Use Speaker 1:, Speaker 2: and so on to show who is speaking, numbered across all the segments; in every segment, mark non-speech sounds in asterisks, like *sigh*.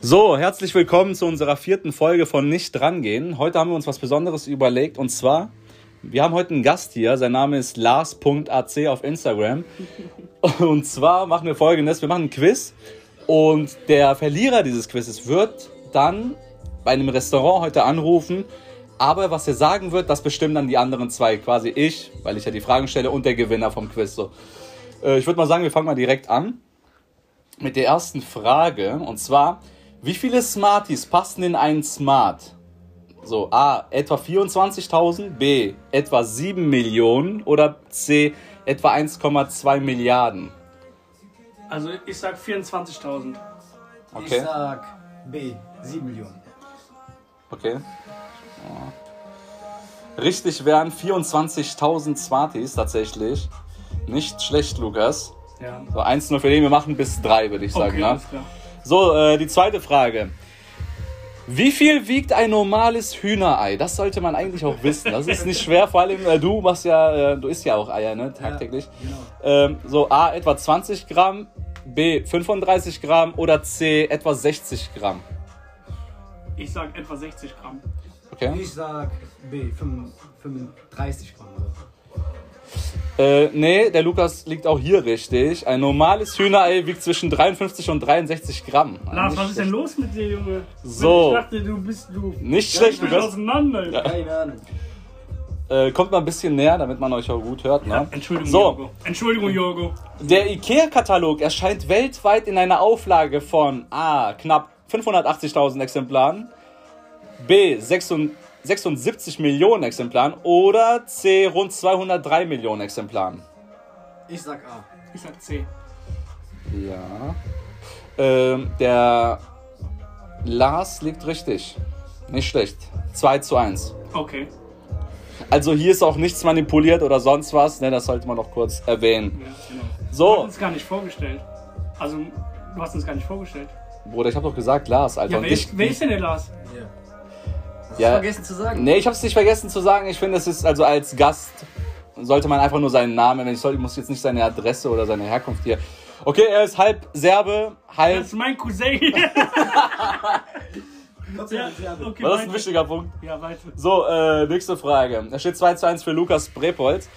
Speaker 1: So, herzlich willkommen zu unserer vierten Folge von Nicht drangehen. Heute haben wir uns was Besonderes überlegt und zwar, wir haben heute einen Gast hier, sein Name ist Lars.ac auf Instagram. *laughs* Und zwar machen wir folgendes, wir machen ein Quiz und der Verlierer dieses Quizzes wird dann bei einem Restaurant heute anrufen. Aber was er sagen wird, das bestimmen dann die anderen zwei, quasi ich, weil ich ja die Fragen stelle und der Gewinner vom Quiz. So. Äh, Ich würde mal sagen, wir fangen mal direkt an mit der ersten Frage. Und zwar, wie viele Smarties passen in einen Smart? So, A, etwa 24.000, B, etwa 7 Millionen oder C, etwa 1,2 Milliarden.
Speaker 2: Also ich sag 24.000.
Speaker 1: Okay,
Speaker 3: Ich sag B, 7 Millionen.
Speaker 1: okay. Ja. Richtig wären 24.000 Smarties tatsächlich. Nicht schlecht, Lukas.
Speaker 2: Ja.
Speaker 1: So, 1 nur für den, wir machen bis 3, würde ich sagen.
Speaker 2: Okay,
Speaker 1: ne?
Speaker 2: alles klar.
Speaker 1: So, äh, die zweite Frage. Wie viel wiegt ein normales Hühnerei? Das sollte man eigentlich auch wissen. Das ist nicht schwer, vor allem äh, du machst ja, äh, du isst ja auch Eier, ne? Tagtäglich.
Speaker 3: Genau.
Speaker 1: Ähm, so, A, etwa 20 Gramm, B, 35 Gramm oder C, etwa 60 Gramm.
Speaker 2: Ich sag etwa 60 Gramm.
Speaker 1: Okay?
Speaker 3: Ich sag B, 5, 35 Gramm. oder so.
Speaker 1: Äh, nee, der Lukas liegt auch hier richtig. Ein normales Hühnerei wiegt zwischen 53 und 63 Gramm.
Speaker 2: Lars,
Speaker 1: Nicht
Speaker 2: was ist denn
Speaker 1: schlecht.
Speaker 2: los mit dir, Junge?
Speaker 1: So.
Speaker 2: Ich dachte, du bist du.
Speaker 1: Nicht schlecht,
Speaker 2: du bist
Speaker 1: Lukas.
Speaker 2: auseinander. Ja.
Speaker 3: Keine Ahnung.
Speaker 1: Äh, kommt mal ein bisschen näher, damit man euch auch gut hört. Ne?
Speaker 2: Entschuldigung,
Speaker 1: So.
Speaker 2: Jorgo. Entschuldigung, Jorgo.
Speaker 1: Der IKEA-Katalog erscheint weltweit in einer Auflage von A. knapp 580.000 Exemplaren, B. 76 76 Millionen Exemplaren oder C. rund 203 Millionen Exemplaren.
Speaker 3: Ich sag A.
Speaker 2: Ich sag C.
Speaker 1: Ja. Ähm, der Lars liegt richtig. Nicht schlecht. 2 zu 1.
Speaker 2: Okay.
Speaker 1: Also hier ist auch nichts manipuliert oder sonst was. Ne, das sollte man noch kurz erwähnen.
Speaker 2: Ja, genau. Du hast
Speaker 1: So,
Speaker 2: uns gar nicht vorgestellt. Also, du hast uns gar nicht vorgestellt.
Speaker 1: Bruder, ich habe doch Äh. gesagt Lars, Alter.
Speaker 2: Ja,
Speaker 1: und
Speaker 2: wer,
Speaker 1: ich,
Speaker 2: ist, wer ist denn der Lars?
Speaker 3: Ja. Hast
Speaker 1: Ja.
Speaker 3: du vergessen zu sagen?
Speaker 1: Nee, ich hab's nicht vergessen zu sagen. Ich finde, es ist also als Gast sollte man einfach nur seinen Namen, wenn ich soll, ich muss jetzt nicht seine Adresse oder seine Herkunft hier. Okay, er ist halb Serbe, halb.
Speaker 2: Das ist mein
Speaker 1: *laughs*
Speaker 2: Cousin. ja, okay,
Speaker 1: War das ein
Speaker 2: weiter.
Speaker 1: wichtiger Punkt?
Speaker 2: Ja, weiter.
Speaker 1: So, äh, nächste Frage. Da steht 2 zu 1 für Lukas Brepolz.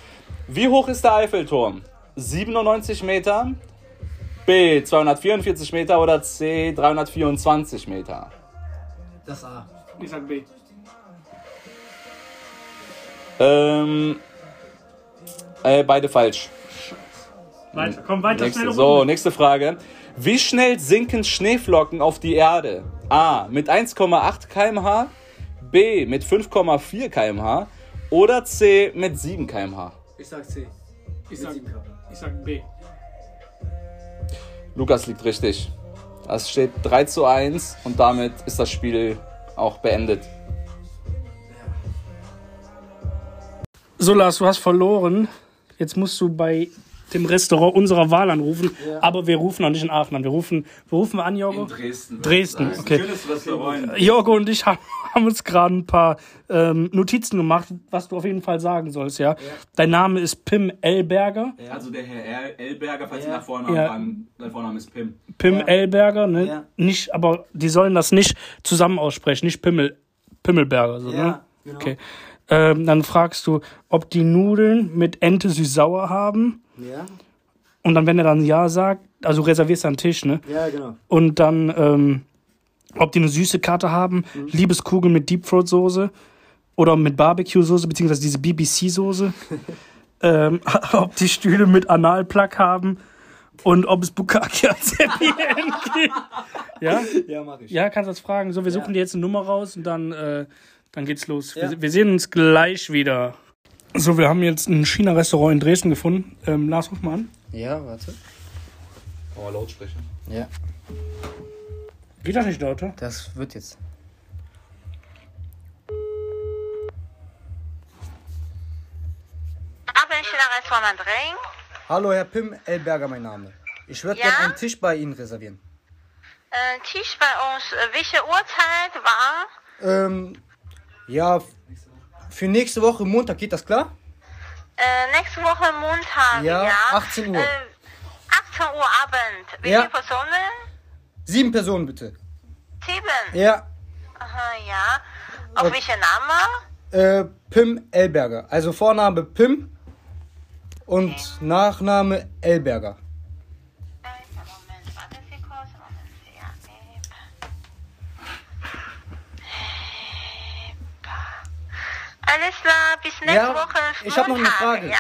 Speaker 1: Wie hoch ist der Eiffelturm? 97 Meter, B 244 Meter oder C 324 Meter?
Speaker 3: Das A.
Speaker 2: Ich sag B.
Speaker 1: Ähm, äh, beide falsch.
Speaker 2: Weiter, komm, weiter,
Speaker 1: Nächste.
Speaker 2: schnell
Speaker 1: So,
Speaker 2: rum.
Speaker 1: nächste Frage. Wie schnell sinken Schneeflocken auf die Erde? A. Mit 1,8 km/h, B. Mit 5,4 km/h oder C. Mit 7 km/h.
Speaker 3: Ich sag C.
Speaker 2: Ich
Speaker 3: Mit
Speaker 2: sag,
Speaker 3: 7 Gramm.
Speaker 2: ich sag B.
Speaker 1: Lukas liegt richtig. Das steht 3 zu 1 und damit ist das Spiel auch beendet.
Speaker 2: So, Lars, du hast verloren. Jetzt musst du bei dem Restaurant unserer Wahl anrufen. Aber wir rufen noch nicht in Aachen an. Wir rufen, wo rufen wir an, Jorgo?
Speaker 4: Dresden.
Speaker 2: Dresden, okay.
Speaker 4: Schönes Restaurant.
Speaker 2: Jorgo und ich *laughs* haben, haben uns gerade ein paar ähm, Notizen gemacht, was du auf jeden Fall sagen sollst, ja? Dein Name ist Pim Elberger.
Speaker 4: Also der Herr Elberger, falls Sie
Speaker 3: Ja.
Speaker 4: nach Vornamen
Speaker 2: Ja.
Speaker 4: fragen, dein Vorname ist Pim.
Speaker 2: Pim Elberger, ne?
Speaker 3: Ja.
Speaker 2: Nicht, aber die sollen das nicht zusammen aussprechen, nicht Pimmel, Pimmelberger, so, ne?
Speaker 3: Ja, genau.
Speaker 2: Okay. Ähm, dann fragst du, ob die Nudeln mit Ente süß-sauer haben.
Speaker 3: Ja.
Speaker 2: Und dann, wenn er dann Ja sagt, also reservierst du einen Tisch, ne?
Speaker 3: Ja, genau.
Speaker 2: Und dann, ähm, ob die eine süße Karte haben, Liebeskugeln mit Deepthroat-Soße oder mit Barbecue-Soße, beziehungsweise diese BBC-Soße. ähm, *laughs* ob die Stühle mit Analplug haben und ob es Bukaki als Happy End gibt. Ja?
Speaker 3: Ja, mach ich.
Speaker 2: ja, kannst du das fragen. So, wir suchen dir jetzt eine Nummer raus und dann, äh, dann geht's los. Wir,
Speaker 3: Ja.
Speaker 2: wir sehen uns gleich wieder. So, wir haben jetzt ein China-Restaurant in Dresden gefunden. Ähm, Lars, ruf mal an.
Speaker 3: Ja, warte.
Speaker 1: Oh, Lautsprecher.
Speaker 3: Ja,
Speaker 2: Geht das nicht lauter?
Speaker 3: das wird jetzt.
Speaker 5: Aber in Schillerei soll man drehen.
Speaker 3: Hallo, Herr Pim Elberger, mein Name. Ich würde
Speaker 5: Ja?
Speaker 3: gerne einen Tisch bei Ihnen reservieren.
Speaker 5: Äh, Tisch bei uns, äh, welche Uhrzeit war?
Speaker 3: Ähm, ja, f- für nächste Woche Montag, geht das klar?
Speaker 5: Äh, nächste Woche Montag,
Speaker 3: Ja,
Speaker 5: ja.
Speaker 3: 18 Uhr.
Speaker 5: Äh, 18 Uhr Abend. Wie
Speaker 3: Ja.
Speaker 5: viele Personen?
Speaker 3: Sieben Personen bitte.
Speaker 5: Theben.
Speaker 3: Ja,
Speaker 5: Aha, ja. Auf welcher Name?
Speaker 3: äh, Pim Elberger. Also Vorname Pim und Nachname Elberger.
Speaker 5: Äh, Moment, warte Sie kurz. Moment, ja, nee. Äh, Alles klar, bis nächste
Speaker 3: Ja,
Speaker 5: Woche.
Speaker 3: ich hab noch eine
Speaker 5: Montag,
Speaker 3: Frage.
Speaker 5: Ja?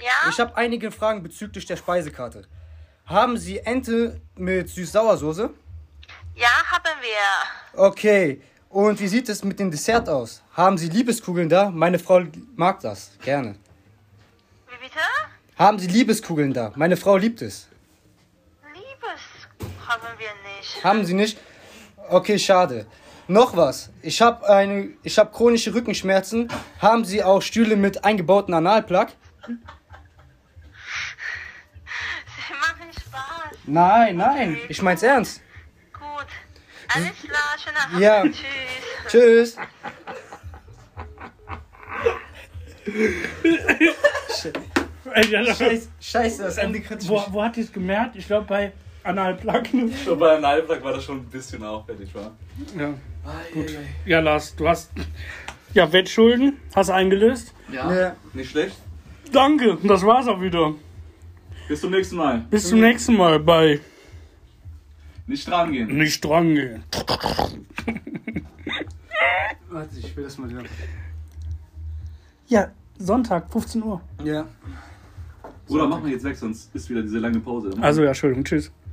Speaker 5: Ja?
Speaker 3: Ich habe einige Fragen bezüglich der Speisekarte. Haben Sie Ente mit Süß-Sauersoße?
Speaker 5: ja, haben wir.
Speaker 3: Okay. Und wie sieht es mit dem Dessert aus? Haben Sie Liebeskugeln da? Meine Frau mag das. Gerne.
Speaker 5: Wie bitte?
Speaker 3: Haben Sie Liebeskugeln da? Meine Frau liebt es.
Speaker 5: Liebes haben wir nicht. *laughs*
Speaker 3: Haben Sie nicht? Okay, schade. Noch was. Ich habe eine, ich habe chronische Rückenschmerzen. Haben Sie auch Stühle mit eingebauten Analplug?
Speaker 5: Sie machen Spaß.
Speaker 3: Nein, nein. Ich mein's ernst.
Speaker 5: Gut. Alles klar, schönen Abend.
Speaker 3: Ja.
Speaker 5: Tschüss.
Speaker 3: Tschüss.
Speaker 2: Ey, die hat-
Speaker 3: Scheiße, das Ende kritisch.
Speaker 2: wo, wo hat die es gemerkt? Ich glaube bei Anal Plug.
Speaker 4: Schon bei einem Alplag war das schon ein bisschen auffällig, war.
Speaker 2: Ja. ja, Lars, du hast. Ja, Wettschulden hast du eingelöst.
Speaker 3: Ja.
Speaker 4: Nicht schlecht.
Speaker 2: Danke, das war's auch wieder.
Speaker 4: Bis zum nächsten Mal.
Speaker 2: Bis zum nächsten Mal bei
Speaker 4: Nicht dran gehen.
Speaker 2: Nicht drangehen.
Speaker 3: Warte, ich will das mal wieder.
Speaker 2: Ja, Sonntag, 15 Uhr.
Speaker 3: Ja.
Speaker 4: Bruder, mach mal jetzt weg, sonst ist wieder diese lange Pause.
Speaker 2: Also ja, Entschuldigung, tschüss.